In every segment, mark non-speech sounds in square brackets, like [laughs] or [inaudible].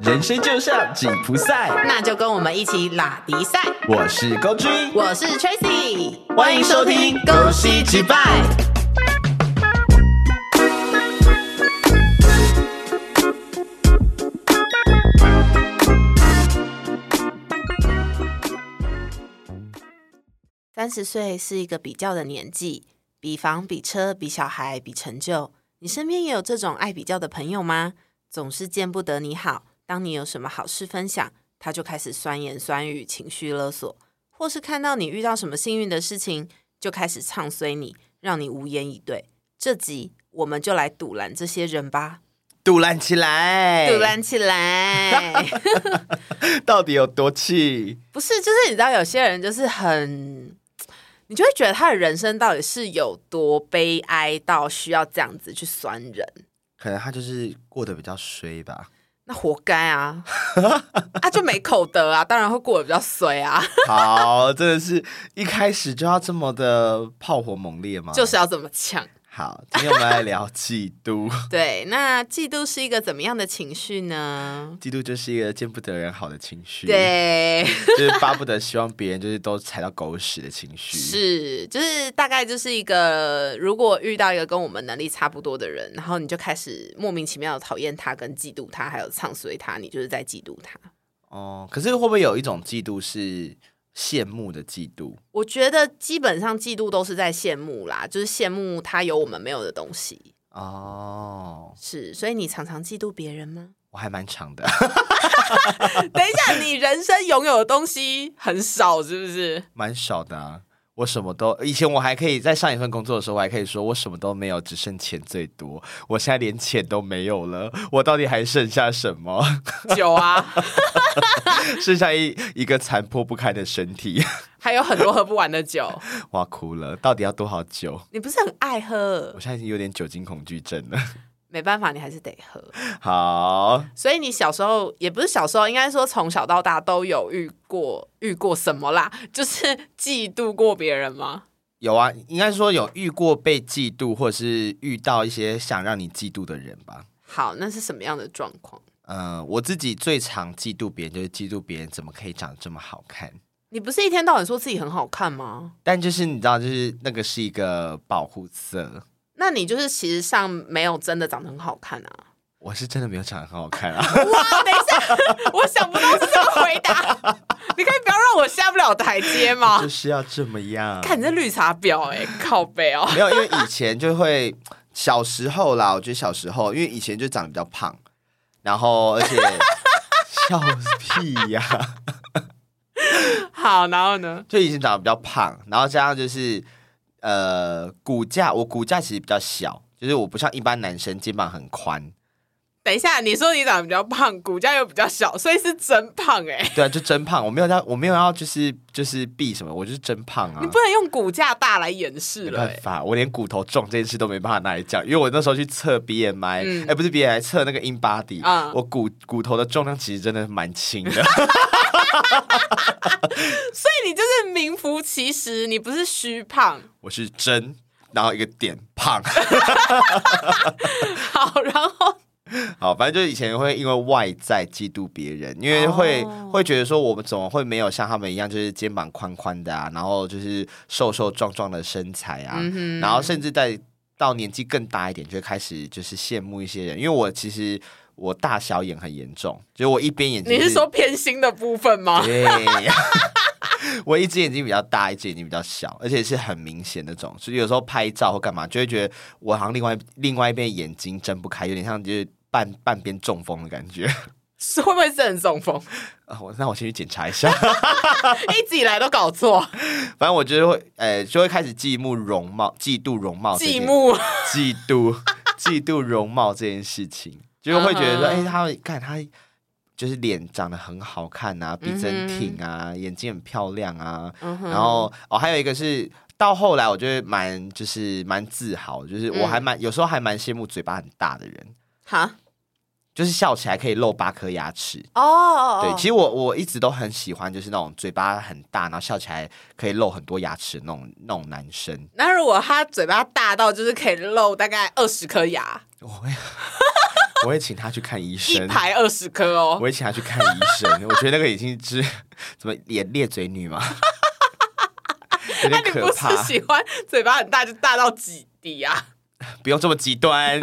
人生就像紧箍赛，那就跟我们一起拉迪赛。我是高君，我是 Tracy，欢迎收听《恭喜击败》。三十岁是一个比较的年纪，比房、比车、比小孩、比成就。你身边也有这种爱比较的朋友吗？总是见不得你好，当你有什么好事分享，他就开始酸言酸语、情绪勒索，或是看到你遇到什么幸运的事情，就开始唱衰你，让你无言以对。这集我们就来堵拦这些人吧，杜烂起来，堵拦起来。到底有多气？不是，就是你知道，有些人就是很，你就会觉得他的人生到底是有多悲哀，到需要这样子去酸人。可能他就是过得比较衰吧。 [laughs] 那活该 [laughs] 啊！啊，就没口德啊，当然会过得比较衰啊，好，真的是一开始就要这么的炮火猛烈吗？就是要这么呛。好，今天我们来聊嫉妒。 [laughs] 对，那嫉妒是一个怎么样的情绪呢？嫉妒就是一个见不得人好的情绪，，对， [laughs] [laughs] 就是巴不得希望别人就是都踩到狗屎的情绪。，是，就是大概就是一个，如果遇到一个跟我们能力差不多的人，然后你就开始莫名其妙的讨厌他、跟嫉妒他，还有唱衰他，你就是在嫉妒他。哦，可是会不会有一种嫉妒是羡慕的嫉妒？我觉得基本上嫉妒都是在羡慕啦，就是羡慕他有我们没有的东西。哦，是，所以你常常嫉妒别人吗？我还蛮长的。 [laughs] [laughs] 等一下，你人生拥有的东西很少，是不是？蛮少的、啊。我什么都，以前我还可以在上一份工作的时候，我还可以说我什么都没有，只剩钱最多。我现在连钱都没有了，我到底还剩下什么？ [laughs] 酒啊，剩下一一个残破不堪的身体， [laughs] 还有很多喝不完的酒。我要哭了。到底要多少酒？你不是很爱喝我，现在已经有点酒精恐惧症了。 [laughs] 没办法，你还是得喝。好，所以你小时候也不是小时候，应该说从小到大都有遇过遇过什么啦？就是嫉妒过别人吗？有啊，应该说有遇过被嫉妒，或者是遇到一些想让你嫉妒的人吧。好，那是什么样的状况？呃，我自己最常嫉妒别人，就是嫉妒别人怎么可以长得这么好看。你不是一天到晚说自己很好看吗？但就是你知道，就是那个是一个保护色。那你就是其实上没有真的长得很好看啊！我是真的没有长得很好看啊， [laughs] 哇，等一下，我想不到是这个回答， [laughs] 你可以不要让我下不了台阶吗就？是要这么样。看你这绿茶婊哎、靠背哦，没有，因为以前就会小时候啦，我觉得小时候，因为以前就长得比较胖，然后而且笑屁呀、好，然后呢？就以前长得比较胖，然后加上就是呃骨架，我骨架其实比较小，就是我不像一般男生肩膀很宽，等一下，你说你长得比较胖，骨架又比较小，所以是真胖哎、对啊，就真胖，我没有要，我没有要就是就是避什么，我就是真胖啊。你不能用骨架大来掩饰没了、办欸。法，我连骨头重这件事都没办法拿来讲，因为我那时候去测 BMI，哎、嗯不是 BMI，测那个 in body，、嗯我骨骨头的重量其实真的蛮轻的， [laughs] 所以你就是名副其实，你不是虚胖。我是真，然后一个点胖，好，然后 [laughs] 好，反正就以前会因为外在嫉妒别人，因为会、哦会觉得说我们怎么会没有像他们一样，就是肩膀宽宽的啊，然后就是瘦瘦壮壮的身材啊，嗯哼然后甚至在到年纪更大一点，就会开始就是羡慕一些人，因为我其实。我大小眼很严重，就是我一边眼睛你是说偏心的部分吗？对， [laughs] 我一只眼睛比较大，一只眼睛比较小，而且是很明显那种，所以有时候拍照或干嘛，就会觉得我好像另外另外一边眼睛睁不开，有点像就是半 [laughs] 半边中风的感觉。 [laughs] 是会不会是很中风？啊，我那我先去检查一下。 [laughs] 一直以来都搞错，反正我就会，呃，就会开始寂慕容貌，嫉妒容貌这件，寂寞。啊嫉妒， [laughs] 嫉妒容貌这件事情，就是会觉得说，哎、嗯哼他们看他就是脸长得很好看啊，鼻子很挺啊，眼睛很漂亮啊，嗯哼然后哦，还有一个是到后来，我觉得蛮就是蛮自豪，就是我嗯还蛮、有时候还蛮羡慕嘴巴很大的人，哈就是笑起来可以露八颗牙齿。哦哦，对，其实实我我一直都很喜欢，就是那种嘴巴很大，然后笑起来可以露很多牙齿的那种那种男生。那如果他嘴巴大到就是可以露大概二十颗牙，我会 [laughs] 我会请他去看医一生，排二十颗我哦。会请他去看医生。 [laughs] 我觉得那个已经是怎么演裂嘴女嘛，有点那你可不怕是。喜欢嘴巴很大就大到几滴啊？不用这么极端，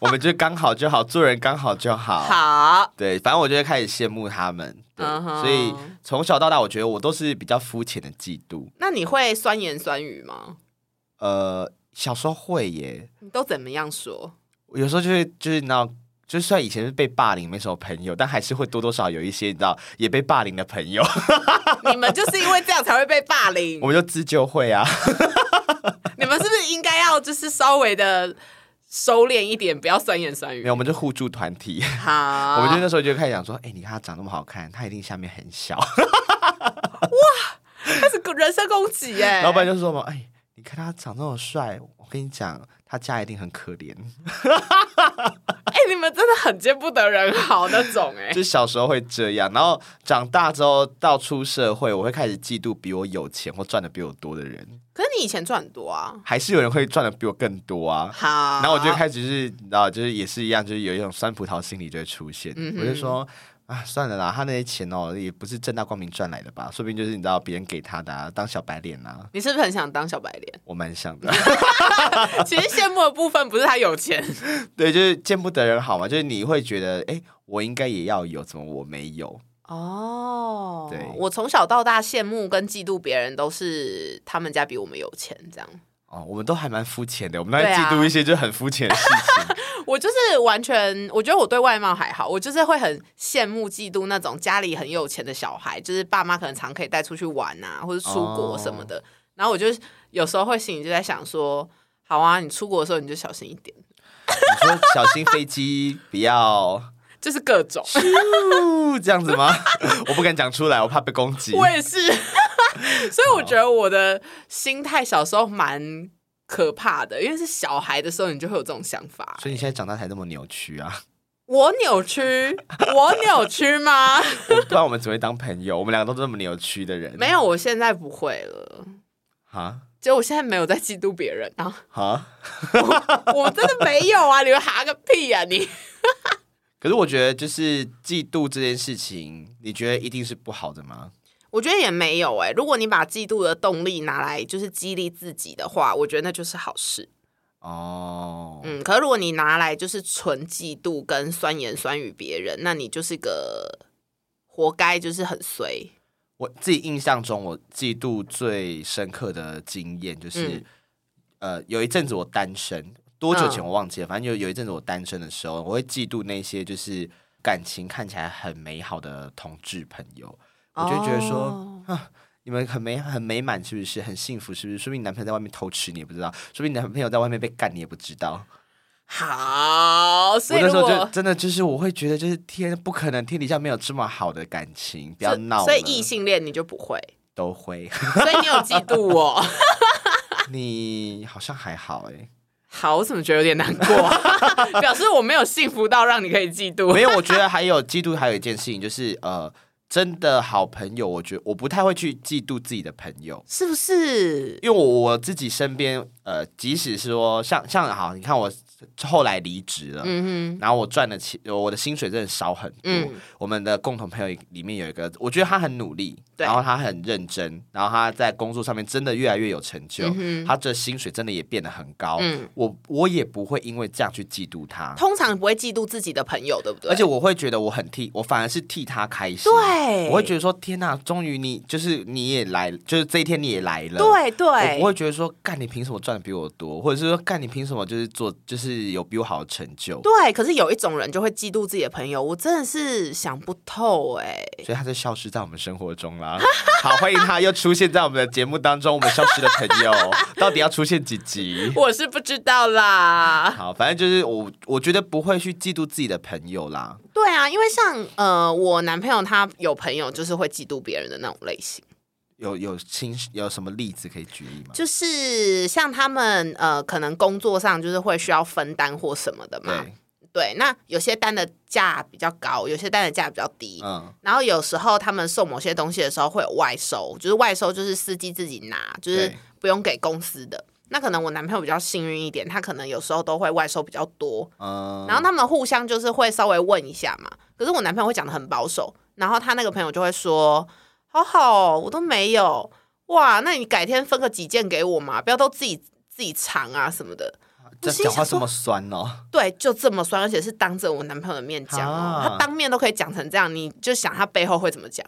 我们就刚好就好，做人刚好就好。好，对，反正我就会开始羡慕他们。对嗯哼所以从小到大，我觉得我都是比较肤浅的嫉妒。那你会酸言酸语吗？呃，小时候会耶，你都怎么样说？我有时候就会就是你知道，就算以前是被霸凌没什么朋友，但还是会多多少少有一些你知道也被霸凌的朋友， [laughs] 你们就是因为这样才会被霸凌我。们就自救会啊。你们是不是应该要就是稍微的收敛一点，不要酸言酸没语？有，我们就互助团体。好，我们就那时候就开始讲说，哎、你看他长那么好看，他一定下面很 [laughs] 小。开始人身攻击 [laughs] 耶、老板就说嘛，哎，你看他长那么帅，我跟你讲，他家一定很可 [laughs] 怜。哎、你们真的很见不得人好那种哎、就小时候会这样，然后长大之后到出社会，我会开始嫉妒比我有钱或赚的比我多的人，可是你以前赚很多啊，还是有人会赚的比我更多啊。好，然后我就开始就是，你知道，就是也是一样，就是有一种酸葡萄心理就会出现。嗯哼我就说啊，算了啦，他那些钱哦，也不是正大光明赚来的吧，说不定就是你知道别人给他的、啊，当小白脸啊，你是不是很想当小白脸？ [laughs] 我蛮想的。其实羡慕的部分不是他有钱，对，就是见不得人好嘛，就是你会觉得，哎、我应该也要有，怎么我没有？ [laughs] 哦对我从小到大羡慕跟嫉妒别人都是他们家比我们有钱这样。哦，我们都还蛮肤浅的，我们都对在啊嫉妒一些就很肤浅的事 [laughs] 情。我就是完全，我觉得我对外貌还好，我就是会很羡慕、嫉妒那种家里很有钱的小孩，就是爸妈可能常可以带出去玩啊，或者出国什么的。然后我就有时候会心里就在想说，好啊，你出国的时候你就小心一点，你说小心飞机不要就是各种。咻这样子吗？ [laughs] 我不敢讲出来，我怕被攻击。我也是， [laughs] 所以我觉得我的心态小时候蛮可怕的，因为是小孩的时候你就会有这种想法。所以你现在长大才这么扭曲啊！我扭曲，我扭曲吗？我不然我们只会当朋友，我们两个都这么扭曲的人。 [laughs] 没有，我现在不会了。啊就我现在没有在嫉妒别人啊。啊！ [laughs] 我真的没有啊！你们哈个屁啊你！可是我觉得，就是嫉妒这件事情，你觉得一定是不好的吗？我觉得也没有哎、如果你把嫉妒的动力拿来就是激励自己的话，我觉得那就是好事。哦，嗯，可是如果你拿来就是纯嫉妒跟酸言酸语别人，那你就是个活该，就是很衰。我自己印象中，我嫉妒最深刻的经验就是，嗯呃，有一阵子我单身，多久前嗯我忘记了，反正有有一阵子我单身的时候，我会嫉妒那些就是感情看起来很美好的同志朋友，我就会觉得说。哦你们很美很美满是不是？很幸福是不是？说不定你男朋友在外面偷吃你也不知道，说不定你男朋友在外面被干你也不知道。好，所我以那如时候就果真的就是我会觉得就是天不可能天底下没有这么好的感情，不要闹了。所以异性恋你就不会，都会，所以你有嫉妒我。 [laughs] 你好像还好哎、好，我怎么觉得有点难过、 [laughs] 表示我没有幸福到让你可以嫉妒。没有，我觉得还有嫉妒，还有一件事情就是，呃，真的好朋友，我觉得我不太会去嫉妒自己的朋友，是不是？因为我我自己身边，呃，即使是说像像好，你看我后来离职了。嗯然后我赚的钱，我的薪水真的少很多。嗯我们的共同朋友里面有一个，我觉得他很努力，对然后他很认真，然后他在工作上面真的越来越有成就，嗯哼他的薪水真的也变得很高。嗯我我也不会因为这样去嫉妒他哼，，通常不会嫉妒自己的朋友，对不对？而且我会觉得我很替，我反而是替他开心。对，我会觉得说天呐，终于你就是你也来，就是这一天你也来了。。对我对，不会觉得说，干你凭什么赚的比我多，或者是说，干你凭什么就是做就是有比我好的成就，对。可是有一种人就会嫉妒自己的朋友，我真的是想不透哎、所以他就消失在我们生活中啦。 [laughs] 好，欢迎他又出现在我们的节目当中，我们消失的朋友 [laughs] 到底要出现几集？我是不知道啦。好，反正就是我，我觉得不会去嫉妒自己的朋友啦。对啊，因为像呃，我男朋友他有朋友就是会嫉妒别人的那种类型，有有亲有什么例子可以举例吗？就是像他们呃，可能工作上就是会需要分担或什么的嘛。对，对，那有些单的价比较高，有些单的价比较低。嗯，然后有时候他们送某些东西的时候会有外收，就是外收就是司机自己拿，就是对不用给公司的。那可能我男朋友比较幸运一点，他可能有时候都会外收比较多，嗯，然后他们互相就是会稍微问一下嘛。可是我男朋友会讲的很保守，然后他那个朋友就会说：“好好哦，我都没有哇，那你改天分个几件给我嘛，不要都自己自己藏啊什么的。”这我心讲话想这说么酸哦，对，就这么酸，而且是当着我男朋友的面讲哦，啊他当面都可以讲成这样，你就想他背后会怎么讲。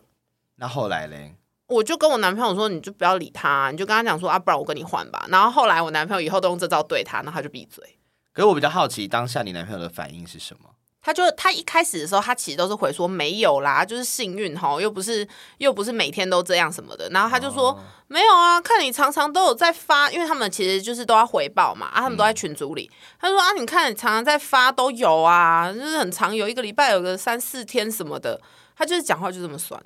那后来嘞，我就跟我男朋友说，你就不要理他、你就跟他讲说啊，不然我跟你换吧。然后后来我男朋友以后都用这招对他，然后他就闭嘴。可是我比较好奇当下你男朋友的反应是什么？他就他一开始的时候，他其实都是回说没有啦，就是幸运吼，又不是又不是每天都这样什么的。然后他就说、没有啊，看你常常都有在发，因为他们其实就是都要回报嘛，啊，他们都在群组里。他说啊，你看你常常在发都有啊，就是很常有一个礼拜有个三四天什么的。他就是讲话就这么酸，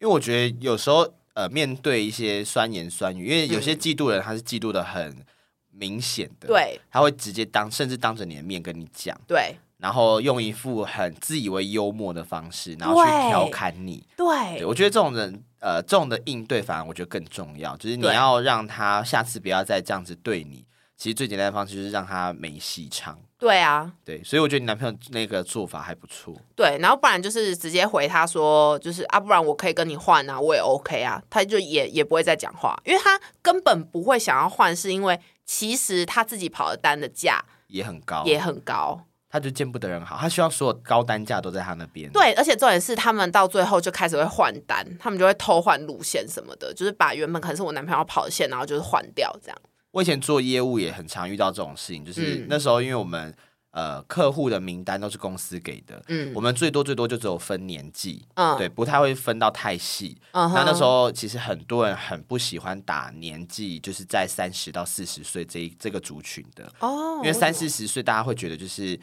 因为我觉得有时候呃，面对一些酸言酸语，因为有些嫉妒人他是嫉妒的很明显的，，嗯对他会直接当甚至当着你的面跟你讲，对然后用一副很自以为幽默的方式，然后去对调侃你。对对我觉得这种人。呃，这种的应对反而我觉得更重要，就是你对要让他下次不要再这样子对你。其实最简单的方式就是让他没戏唱。对啊，对，所以我觉得你男朋友那个做法还不错。对，然后不然就是直接回他说，就是啊，不然我可以跟你换啊，我也 OK 啊，他就也也不会再讲话，因为他根本不会想要换，是因为其实他自己跑的单的价也很高，也很高，他就见不得人好，他希望所有高单价都在他那边。，对，而且重点是他们到最后就开始会换单，他们就会偷换路线什么的，就是把原本可能是我男朋友跑的线，然后就是换掉这样，我以前做业务也很常遇到这种事情，就是嗯那时候因为我们呃客户的名单都是公司给的，嗯我们最多最多就只有分年纪，嗯，对，不太会分到太细。嗯哼，那那时候其实很多人很不喜欢打年纪，就是在三十到四十岁这一这个族群的，哦，因为三四什么十岁大家会觉得就是。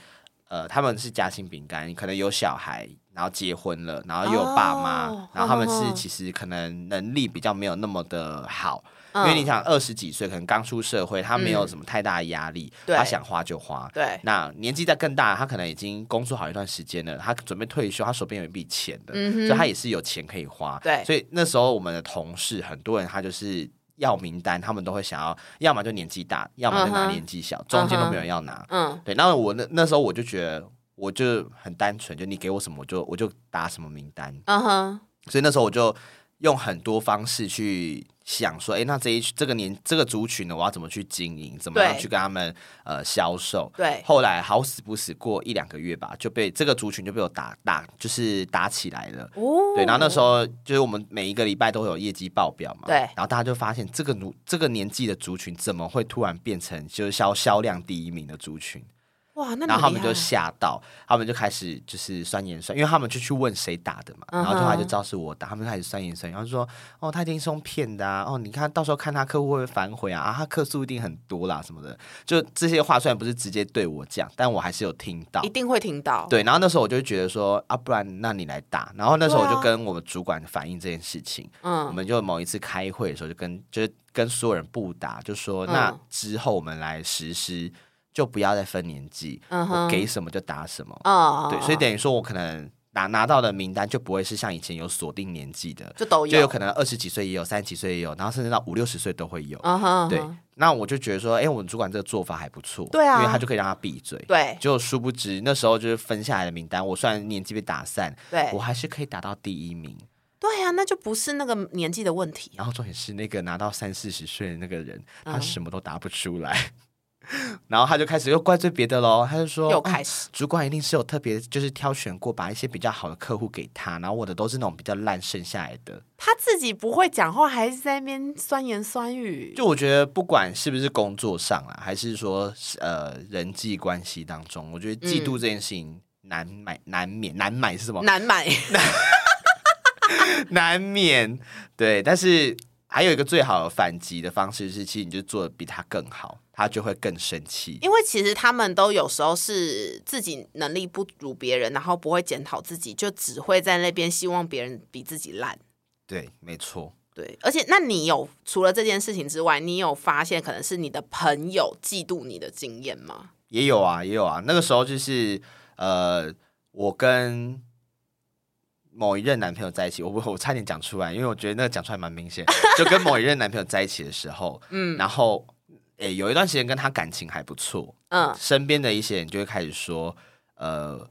呃，他们是夹心饼干，可能有小孩，然后结婚了，然后又有爸妈，哦然后他们哼哼是哼其实可能能力比较没有那么的好，因嗯为你想二十几岁，可能刚出社会，他没有嗯什么太大的压力，对他想花就花。对，那年纪再更大，他可能已经工作好一段时间了，他准备退休，他手边有一笔钱的，嗯哼所以他也是有钱可以花。对所以那时候我们的同事很多人，他就是要名单，他们都会想要，要么就年纪大，要么就嗯拿哼年纪小，中间都没有人要拿。嗯对，那我那那时候我就觉得。我就很单纯，就你给我什么，我就我就打什么名单。嗯哼，所以那时候我就用很多方式去想说，哎、那这一这个年这个族群呢，我要怎么去经营，怎么样对去跟他们呃销售。对，后来好死不死，过一两个月吧，就被这个族群就被我打打，就是打起来了。哦，对，然后那时候就是我们每一个礼拜都会有业绩报表嘛，对然后大家就发现这个奴这个年纪的族群怎么会突然变成就是销销量第一名的族群？哇，那你然后他厉们就害啊吓到，他们就开始就是酸言酸，因为他们就去问谁打的嘛，嗯然后就后来就知道是我打，他们就开始酸言酸语，然后就说哦，他一定是用骗的啊，哦，你看到时候看他客户会不会反悔啊，啊，他客诉一定很多啦什么的，就这些话虽然不是直接对我讲，但我还是有听到一。定会听到，对，然后那时候我就觉得说啊，不然那你来打。然后那时候我对就啊跟我们主管反映这件事情，我嗯，们就某一次开会的时候，就跟就是跟所有人布达，就说、嗯那之后我们来实施，就不要再分年纪，嗯哼我给什么就打什么。啊，对，所以等于说我可能拿拿到的名单就不会是像以前有锁定年纪的，就都有，就有可能二十几岁也有，三十几岁也有，然后甚至到五六十岁都会有。嗯哼，对嗯哼，那我就觉得说，哎、我们主管这个做法还不错，对啊因为他就可以让他闭嘴。对就殊不知那时候就是分下来的名单，我虽然年纪被打散，我对还是可以打到第一名。对啊，那就不是那个年纪的问题啊，然后重点是那个拿到三四十岁的那个人，他嗯什么都答不出来， [laughs] 然后他就开始又怪罪别的喽，他就说又啊开始，主管一定是有特别就是挑选过，把一些比较好的客户给他，然后我的都是那种比较烂剩下来的。他自己不会讲话，还是在那边酸言酸语，就我觉得不管是不是工作上啦，还是说呃人际关系当中，我觉得嫉妒这件事情难买难免难买是什么？ [laughs] 难买， [laughs] 难免对，但是还有一个最好的反击的方式是，其实你就做的比他更好，他就会更生气。因为其实他们都有时候是自己能力不如别人，然后不会检讨自己，就只会在那边希望别人比自己烂。对，没错。对，而且那你有除了这件事情之外，你有发现可能是你的朋友嫉妒你的经验吗？也有啊，也有啊。那个时候就是呃，我跟某一任男朋友在一起，我不我 [laughs] 差点讲出来，因为我觉得那个讲出来蛮明显。就跟某一任男朋友在一起的时候，嗯，然后诶、有一段时间跟他感情还不错，嗯，身边的一些人就会开始说，呃，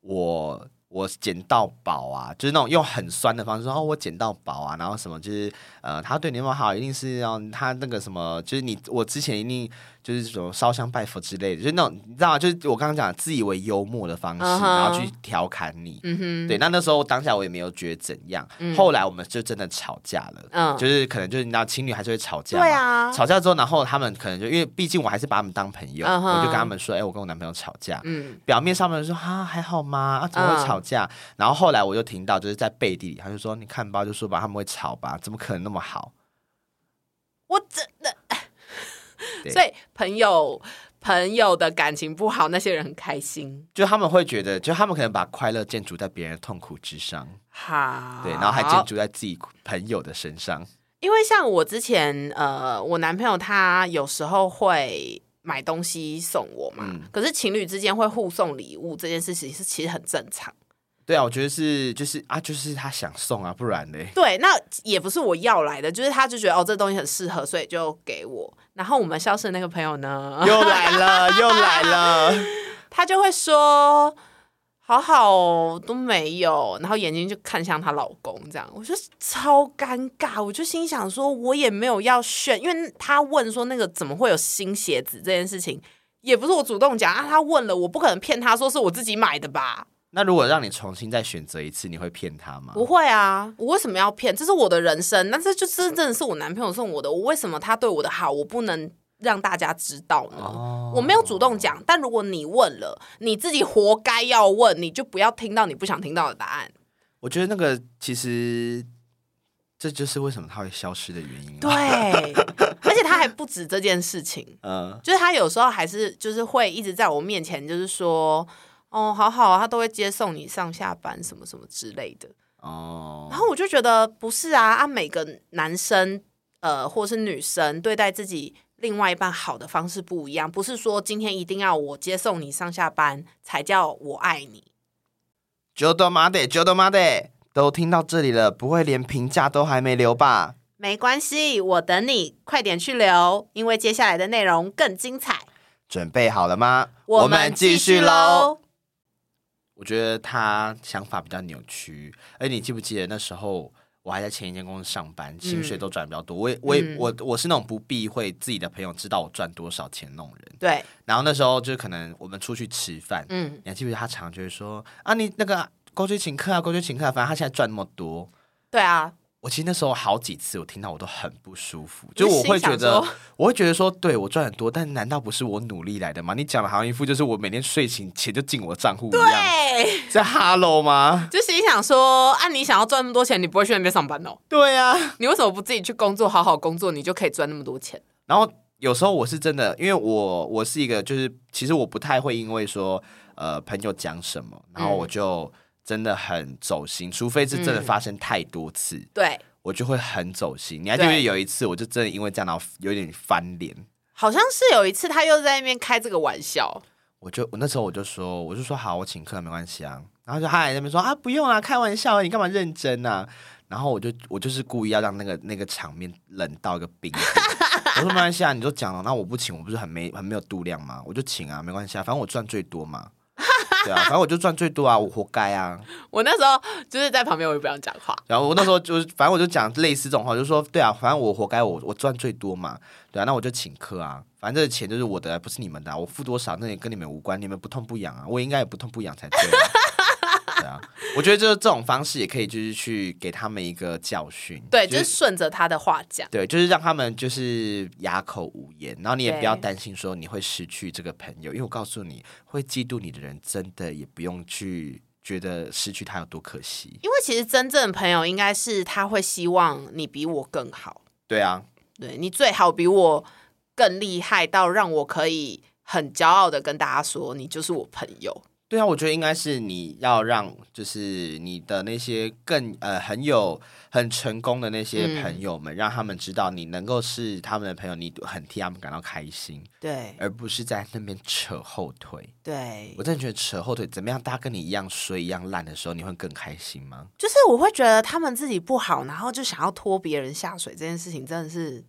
我我捡到宝啊，就是那种用很酸的方式说，哦，我捡到宝啊，然后什么就是呃，他对你那么好，一定是要嗯他那个什么，就是你我之前一定就是什么烧香拜佛之类的，就是那种你知道吗？就是我刚刚讲自以为幽默的方式，嗯哼然后去调侃你。嗯哼，对，那那时候当下我也没有觉得怎样，嗯后来我们就真的吵架了，嗯就是可能就是你知道情侣还是会吵架嘛，对啊，吵架之后，然后他们可能就因为毕竟我还是把他们当朋友嗯哼我就跟他们说，哎、我跟我男朋友吵架。嗯表面上面说啊还好吗？啊怎么会吵架？然后后来我就听到就是在背地里，他就说你看吧，就说吧，他们会吵吧，怎么可能那么好？，我真的，对所以朋友朋友的感情不好，那些人很开心，就他们会觉得，就他们可能把快乐建筑在别人的痛苦之上，好，对，然后还建筑在自己朋友的身上。因为像我之前，呃，我男朋友他有时候会买东西送我嘛，嗯可是情侣之间会互送礼物这件事情是其实很正常。对啊，我觉得是就是啊，就是他想送啊，不然嘞，对，那也不是我要来的，就是他就觉得哦，这东西很适合，所以就给我。然后我们消失的那个朋友呢，又来了，又来 [laughs] 了。他就会说。好好哦都没有，然后眼睛就看向她老公，这样我就超尴尬，我就心想说，我也没有要炫，因为他问说那个怎么会有新鞋子这件事情，也不是我主动讲啊，他问了，我不可能骗他说是我自己买的吧？那如果让你重新再选择一次，你会骗他吗？不会啊，我为什么要骗？这是我的人生，但是就真正是我男朋友送我的，我为什么他对我的好，我不能让大家知道呢？哦我没有主动讲，但如果你问了，你自己活该要问，你就不要听到你不想听到的答案。我觉得那个其实这就是为什么它会消失的原因、啊。对，， [laughs] 而且他还不止这件事情，呃，就是他有时候还是就是会一直在我面前，就是说，哦，好好啊，他都会接送你上下班什么什么之类的。然哦，后我就觉得不是啊，按每个男生呃或是女生对待自己另外一半好的方式不一样，不是说今天一定要我接送你上下班才叫我爱你。九斗马得，九斗马得，都听到这里了，不会连评价都还没留吧？没关系，我等你，快点去留，因为接下来的内容更精彩。准备好了吗？。。我觉得他想法比较扭曲，而你记不记得那时候我还在前一间公司上班，薪水都赚比较多，我也我也、嗯我我是那种不避讳自己的朋友知道我赚多少钱那种人。对，然后那时候就可能我们出去吃饭，嗯，你还记不记得他常常就会说啊，你那个过去请客啊，过去请客、啊，反正他现在赚那么多。对啊，我其实那时候好几次，我听到我都很不舒服，你就我心会觉想得说， [laughs] 我会觉得说，对我赚很多，但难道不是我努力来的吗？你讲的好像一副就是我每天睡醒钱就进我账户一样，对，在 hello 吗？就心想说，啊，你想要赚那么多钱，你不会去那边上班哦？对啊，你为什么不自己去工作，好好工作，你就可以赚那么多钱？然后有时候我是真的，因为我我是一个就是其实我不太会因为说呃朋友讲什么，然后我就真的很走心，除非是真的嗯发生太多次，对，我就会很走心。你还记不记得对有一次，我就真的因为这样，然后有点翻脸。好像是有一次他又在那边开这个玩笑，我就我那时候我就说，我就说好，我请客没关系啊。然后就他还在那边说啊，不用啊，开玩笑啊，你干嘛认真啊？然后我就我就是故意要让那个那个场面冷到一个冰点。我说没关系啊，你就讲了，那我不请，我不是很没很没有度量吗？我就请啊，没关系啊，反正我赚最多嘛。对啊，反正我就赚最多啊，我活该啊。我那时候就是在旁边，我也不想讲话。然后我那时候就是，反正我就讲类似这种话，我就说对啊，反正我活该我，我赚最多嘛，对啊，那我就请客啊，反正这钱就是我的，不是你们的啊、我付多少那也跟你们无关，你们不痛不痒啊，我应该也不痛不痒才对、啊。对啊，我觉得就是这种方式也可以，就是去给他们一个教训，对，就是顺着他的话讲。对，就是让他们就是哑口无言，然后你也不对要担心说你会失去这个朋友，因为我告诉你会嫉妒你的人，真的也不用去觉得失去他有多可惜。因为其实真正的朋友应该是他会希望你比我更好，对啊，对你最好比我更厉害到让我可以很骄傲的跟大家说你就是我朋友。对啊，我觉得应该是你要让，就是你的那些更呃很有很成功的那些朋友们，让他们知道你能够是他们的朋友，你很替他们感到开心，对而不是在那边扯后腿。对我，真的觉得扯后腿怎么样？大家跟你一样衰一样烂的时候，你会更开心吗？就是我会觉得他们自己不好，然后就想要拖别人下水这件事情真的是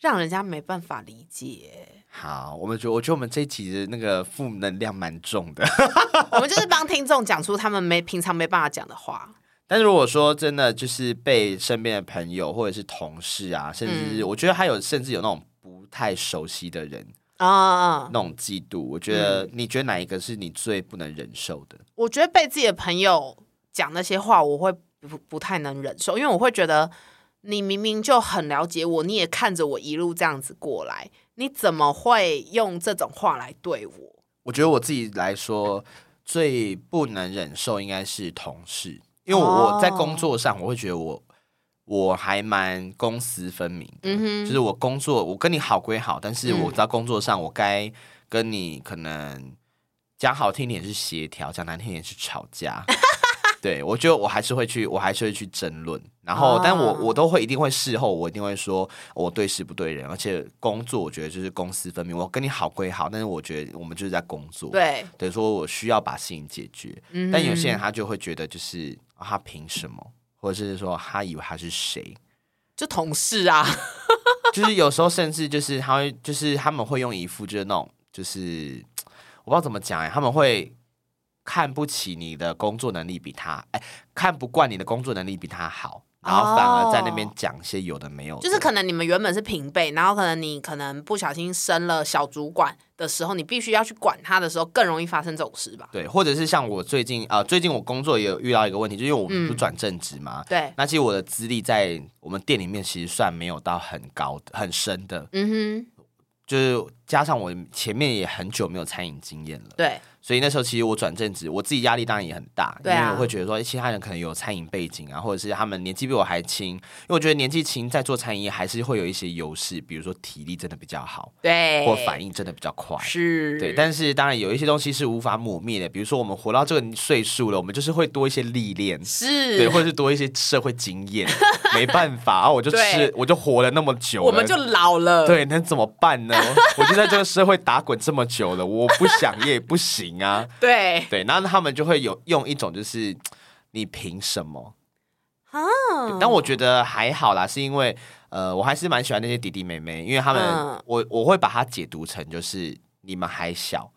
让人家没办法理解。 [laughs] 好，我们觉得，我觉得我们这一集的那个负能量蛮重的。 [laughs] 我们就是帮听众讲出他们没平常没办法讲的话。但是如果说真的就是被身边的朋友或者是同事啊，甚至是我觉得还有甚至有那种不太熟悉的人啊啊、那种嫉妒，我觉得你觉得哪一个是你最不能忍受的？我觉得被自己的朋友讲那些话，我会不不太能忍受，因为我会觉得你明明就很了解我，你也看着我一路这样子过来，你怎么会用这种话来对我？我觉得我自己来说最不能忍受应该是同事，因为我哦我在工作上我会觉得我我还蛮公私分明的，嗯哼就是我工作我跟你好归好，但是嗯我在工作上我该跟你可能讲好听点是协调，讲难听点是吵 [laughs] 架。对，我觉得我还是会去，我还是会去争论。然后，但我哦我都会一定会事后，我一定会说我对事不对人。而且工作，我觉得就是公私分明。我跟你好归好，但是我觉得我们就是在工作。，对，等于说我需要把事情解决。嗯但有些人他就会觉得，就是、啊他凭什么，或者是说他以为他是谁？就同事啊，就是有时候甚至就是他会，就是他们会用一副就是那种就是我不知道怎么讲哎、他们会看不起你的工作能力比他哎、看不惯你的工作能力比他好，然后反而在那边讲一些有的没有的哦 [laughs] 就是可能你们原本是平辈，然后可能你可能不小心升了小主管的时候，你必须要去管他的时候，更容易发生这种事吧？对，或者是像我最近啊、呃最近我工作也有遇到一个问题，就是因为我们嗯不转正职嘛。对，那其实我的资历在我们店里面其实算没有到很高的、很深的，嗯哼，就是加上我前面也很久没有餐饮经验了。对，所以那时候其实我转正职，我自己压力当然也很大，对啊因为我会觉得说，哎，其他人可能有餐饮背景啊，或者是他们年纪比我还轻，因为我觉得年纪轻在做餐饮业还是会有一些优势，比如说体力真的比较好，对，或反应真的比较快。是，对，但是当然有一些东西是无法抹灭的，比如说我们活到这个岁数了，我们就是会多一些历练，对，是，或者是多一些社会经验，没办法啊，我就对吃，我就活了那么久了，我们就老了，，对，能怎么办呢？我就在这个社会打滚这么久了，我不想也不行啊。对，对，然后他们就会有用一种就是你凭什么？啊对，但我觉得还好啦，是因为呃，我还是蛮喜欢那些弟弟妹妹，因为他们、嗯我我会把它解读成就是你们还小，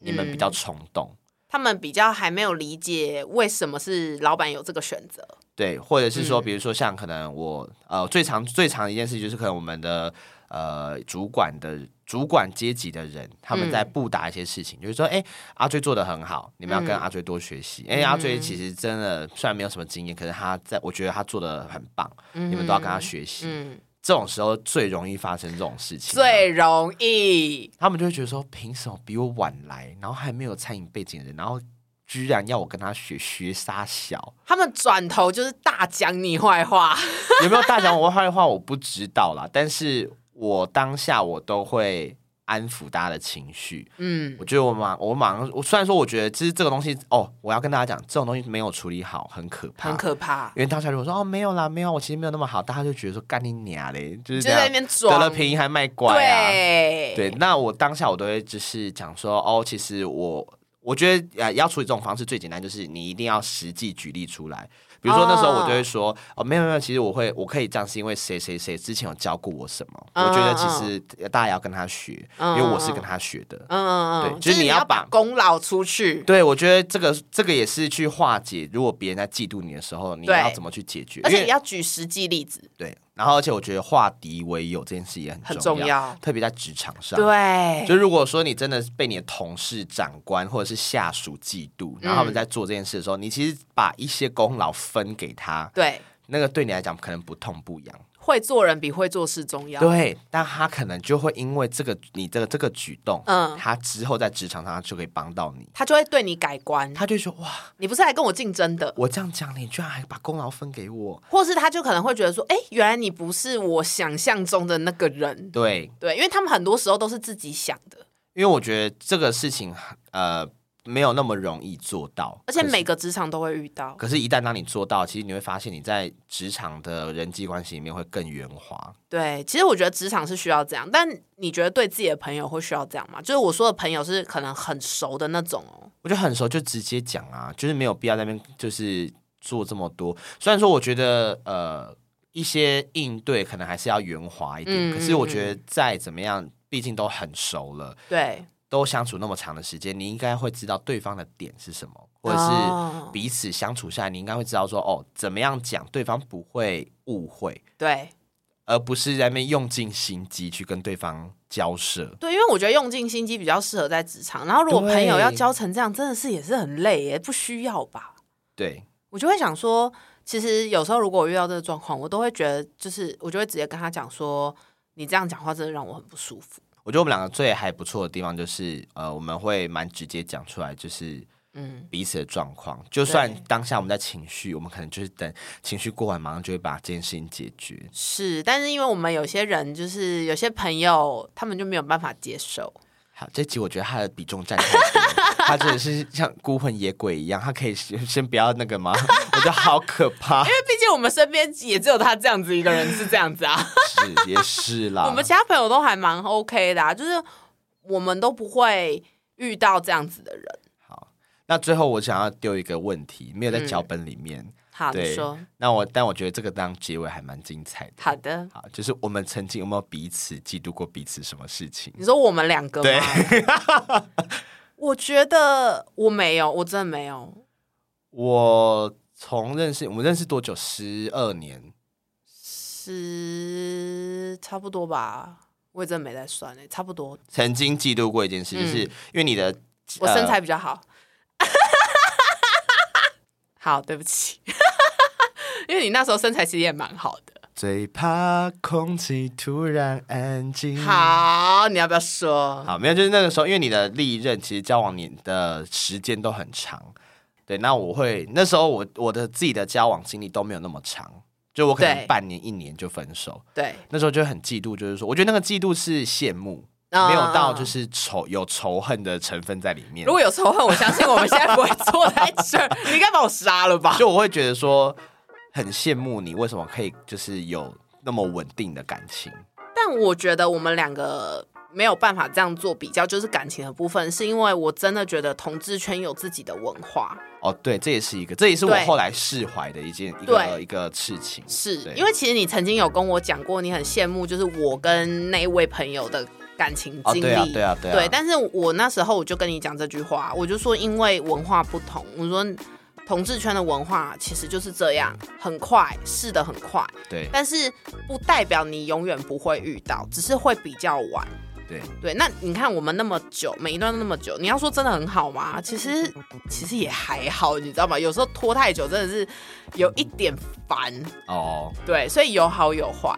你们比较冲动，他们比较还没有理解为什么是老板有这个选择，对，或者是说，嗯比如说像可能我呃最常最常的一件事就是可能我们的呃主管的主管阶级的人，他们嗯在布达一些事情，就是说，哎、阿追做的很好，你们要跟嗯阿追多学习。哎、阿追其实真的虽然没有什么经验，可是他在我觉得他做的很棒，你你们都要跟他，学习。嗯，这种时候最容易发生这种事情，最容易，他们就会觉得说，凭什么比我晚来，然后还没有餐饮背景的人，然后居然要我跟他学学沙小。他们转头就是大讲你坏话， [laughs] 有没有大讲我坏话我不知道啦，但是我当下我都会安抚大家的情绪。嗯我觉得我马我马上，我虽然说我觉得就是这个东西哦，我要跟大家讲，这种东西没有处理好很可怕，很可怕，因为当下如果说哦没有啦没有，我其实没有那么好，大家就觉得说干你娘嘞，就是就这在那样边得了装，便宜还卖乖啊。对对，那我当下我都会就是讲说，哦，其实我我觉得呃，要处理这种方式最简单，就是你一定要实际举例出来。比如说那时候我就会说，哦，啊没有没有，其实我会我可以这样，是因为谁谁谁之前有教过我什么，我觉得其实大家也要跟他学，因为我是跟他学的。嗯嗯嗯对嗯，就是你你要把把功劳出去，对，我觉得这个这个也是去化解，如果别人在嫉妒你的时候，你对要怎么去解决？而因且为也要举实际例子，对，然后而且我觉得化敌为友这件事也很很重要要。特别在职场上。对，就如果说你真的被你的同事、长官或者是下属嫉嗯妒，然后他们在做这件事的时候，你其实把一些功劳分给他，对，那个对你来讲可能不痛不痒，会做人比会做事重要。对，但他可能就会因为这个你这个这个举动，嗯他之后在职场上就可以帮到你，他就会对你改观。他就说哇，你不是来跟我竞争的，我这样讲你居然还把功劳分给我，或是他就可能会觉得说，哎，原来你不是我想象中的那个人。对，对，因为他们很多时候都是自己想的，因为我觉得这个事情呃没有那么容易做到，而且可是每个职场都会遇到。可是，一旦当你做到，其实你会发现你在职场的人际关系里面会更圆滑。对，其实我觉得职场是需要这样，但你觉得对自己的朋友会需要这样吗？就是我说的朋友是可能很熟的那种哦。我觉得很熟就直接讲啊，就是没有必要在那边就是做这么多。虽然说我觉得呃，一些应对可能还是要圆滑一点。嗯可是我觉得再怎么样，毕竟都很熟了，对，都相处那么长的时间，你应该会知道对方的点是什么，或者哦是彼此相处下来，你应该会知道说哦，怎么样讲对方不会误会，对而不是在那边用尽心机去跟对方交涉。对，因为我觉得用尽心机比较适合在职场，然后如果朋友对要交成这样，真的是也是很累耶，不需要吧？对，我就会想说，其实有时候如果我遇到这个状况，我都会觉得，就是我就会直接跟他讲说，你这样讲话真的让我很不舒服。我觉得我们两个最还不错的地方就是，呃，我们会蛮直接讲出来，就是嗯，彼此的状况。就算对当下我们在情绪，我们可能就是等情绪过完，马上就会把这件事情解决。是，但是因为我们有些人就是有些朋友，他们就没有办法接受。好，这集我觉得他的比重占太多了，他真的是像孤魂野鬼一样，他可以先先不要那个吗？我觉得好可怕，因为毕竟我们身边也只有他这样子一个人是这样 [laughs] 子啊，是也是啦。我们其他朋友都还蛮 OK 的、啊，就是我们都不会遇到这样子的人。好，那最后我想要丢一个问题，没有在脚本里面。嗯好，你对说那我但我觉得这个当结尾还蛮精彩的。好的，好，就是我们曾经有没有彼此嫉妒过彼此什么事情？你说我们两个对 [laughs] 吗？我觉得我没有，我真的没有。我从认识我们认识多久？十二年，十差不多吧，我也真没在算诶、欸差不多。曾经嫉妒过一件嗯事，就是因为你的我身材呃比较好。 [laughs] 好，对不起， [laughs] 因为你那时候身材其实也蛮好的。最怕空气突然安静。，好，你要不要说？嗯好，没有，就是那个时候，因为你的历任其实交往你的时间都很长，对，那我会那时候我我的自己的交往经历都没有那么长，就我可对能半年一年就分手，对，那时候就很嫉妒，就是说，我觉得那个嫉妒是羡慕。没有到就嗯。是仇有仇恨的成分在里面如。果有仇恨，我相信我们现在不会坐在这儿。 [laughs] 你应该把我杀了吧？就我会觉得说，很羡慕你为什么可以就是有那么稳定的感情。但我觉得我们两个没有办法这样做比较，就是感情的部分，是因为我真的觉得同志圈有自己的文化。哦，对，这也是一个，这也是我对后来释怀的一件一个对一个事情。是对因为其实你曾经有跟我讲过，你很羡慕就是我跟那一位朋友的感情哦，经历。对啊，对啊，对啊。对但是我那时候我就跟你讲这句话，我就说因为文化不同，我说同志圈的文化其实就是这样，很快，是的，很快，对但是不代表你永远不会遇到，只是会比较晚。对对，那你看我们那么久，每一段都那么久，你要说真的很好吗？[laughs] 其实其实也还好，你知道吗？有时候拖太久真的是有一点烦，哦，对，所以有好有坏。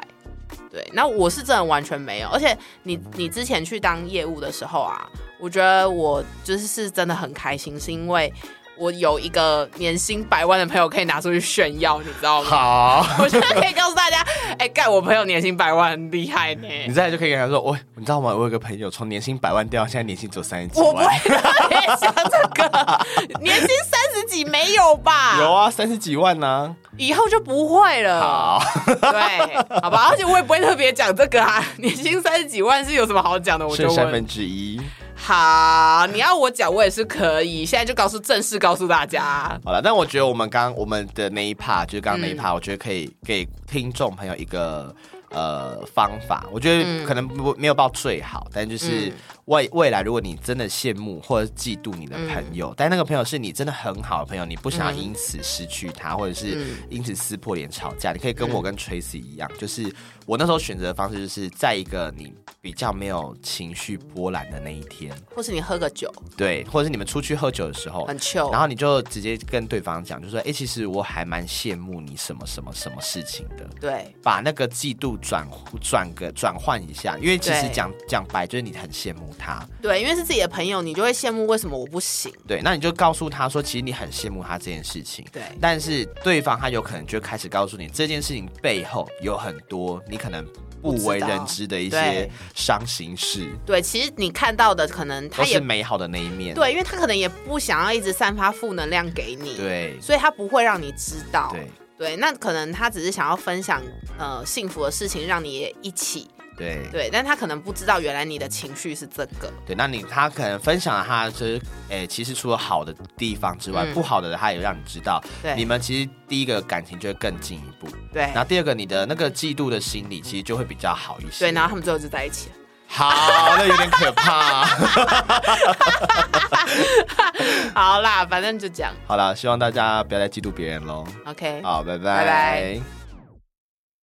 对，那我是真的完全没有，而且你你之前去当业务的时候啊，我觉得我就是是真的很开心，是因为我有一个年薪百万的朋友可以拿出去炫耀，你知道 [laughs] 吗？ [laughs] 好，我觉得可以告诉大家，哎、盖我朋友年薪百万很厉害呢。你再来就可以跟他说，我你知道吗？我有个朋友从年薪百万掉，现在年薪只有三十几我不万。会让别人想这个，年薪三十几没有吧？有，啊，三十几万呢、以后就不会了。好，对，好吧，而且我也不会特别讲这个啊。 [laughs] 年薪三十几万是有什么好讲的？我剩就三问分。之一。好，你要我讲，我也是可以。现在就告诉正式告诉大家，好了，但我觉得我们刚我们的那一 part 就是刚刚那一 part，、我觉得可以给听众朋友一个呃方法。我觉得可能不、没有到最好，但就是嗯未未来如果你真的羡慕或者嫉妒你的朋友，但那个朋友是你真的很好的朋友，你不想要因此失去他，或者是因此撕破脸吵架，你可以跟我跟 Tracy 一样，就是我那时候选择的方式就是在一个你比较没有情绪波澜的那一天，或是你喝个酒，对，或者是你们出去喝酒的时候，很 chill 然。后你就直接跟对方讲，就说：“哎、其实我还蛮羡慕你什么什么什么事情的。对”把那个嫉妒转转个转换一下，因为其实对讲讲白就是你很羡慕他，对，因为是自己的朋友，你就会羡慕为什么我不行。对，那你就告诉他说，其实你很羡慕他这件事情。对但是对方他有可能就开始告诉你，这件事情背后有很多你可能不为人知的一不知道些对伤心事，对，其实你看到的可能都他是也美好的那一面。对，因为他可能也不想要一直散发负能量给你，，对所以他不会让你知道。对对，那可能他只是想要分享呃幸福的事情，让你也一起对对，但他可能不知道原来你的情绪是这个，对，那你他可能分享了他就是，诶、其实除了好的地方之外，嗯不好的他也让你知道，你对们其实第一个感情就会更进一步，对然后第二个你的那个嫉妒的心理其实就会比较好一些。对，然后他们最后就在一起了。好，那有点可怕。 [laughs] 好啦，反正就这样好了，希望大家不要再嫉妒别人喽。 ，OK。好，拜拜拜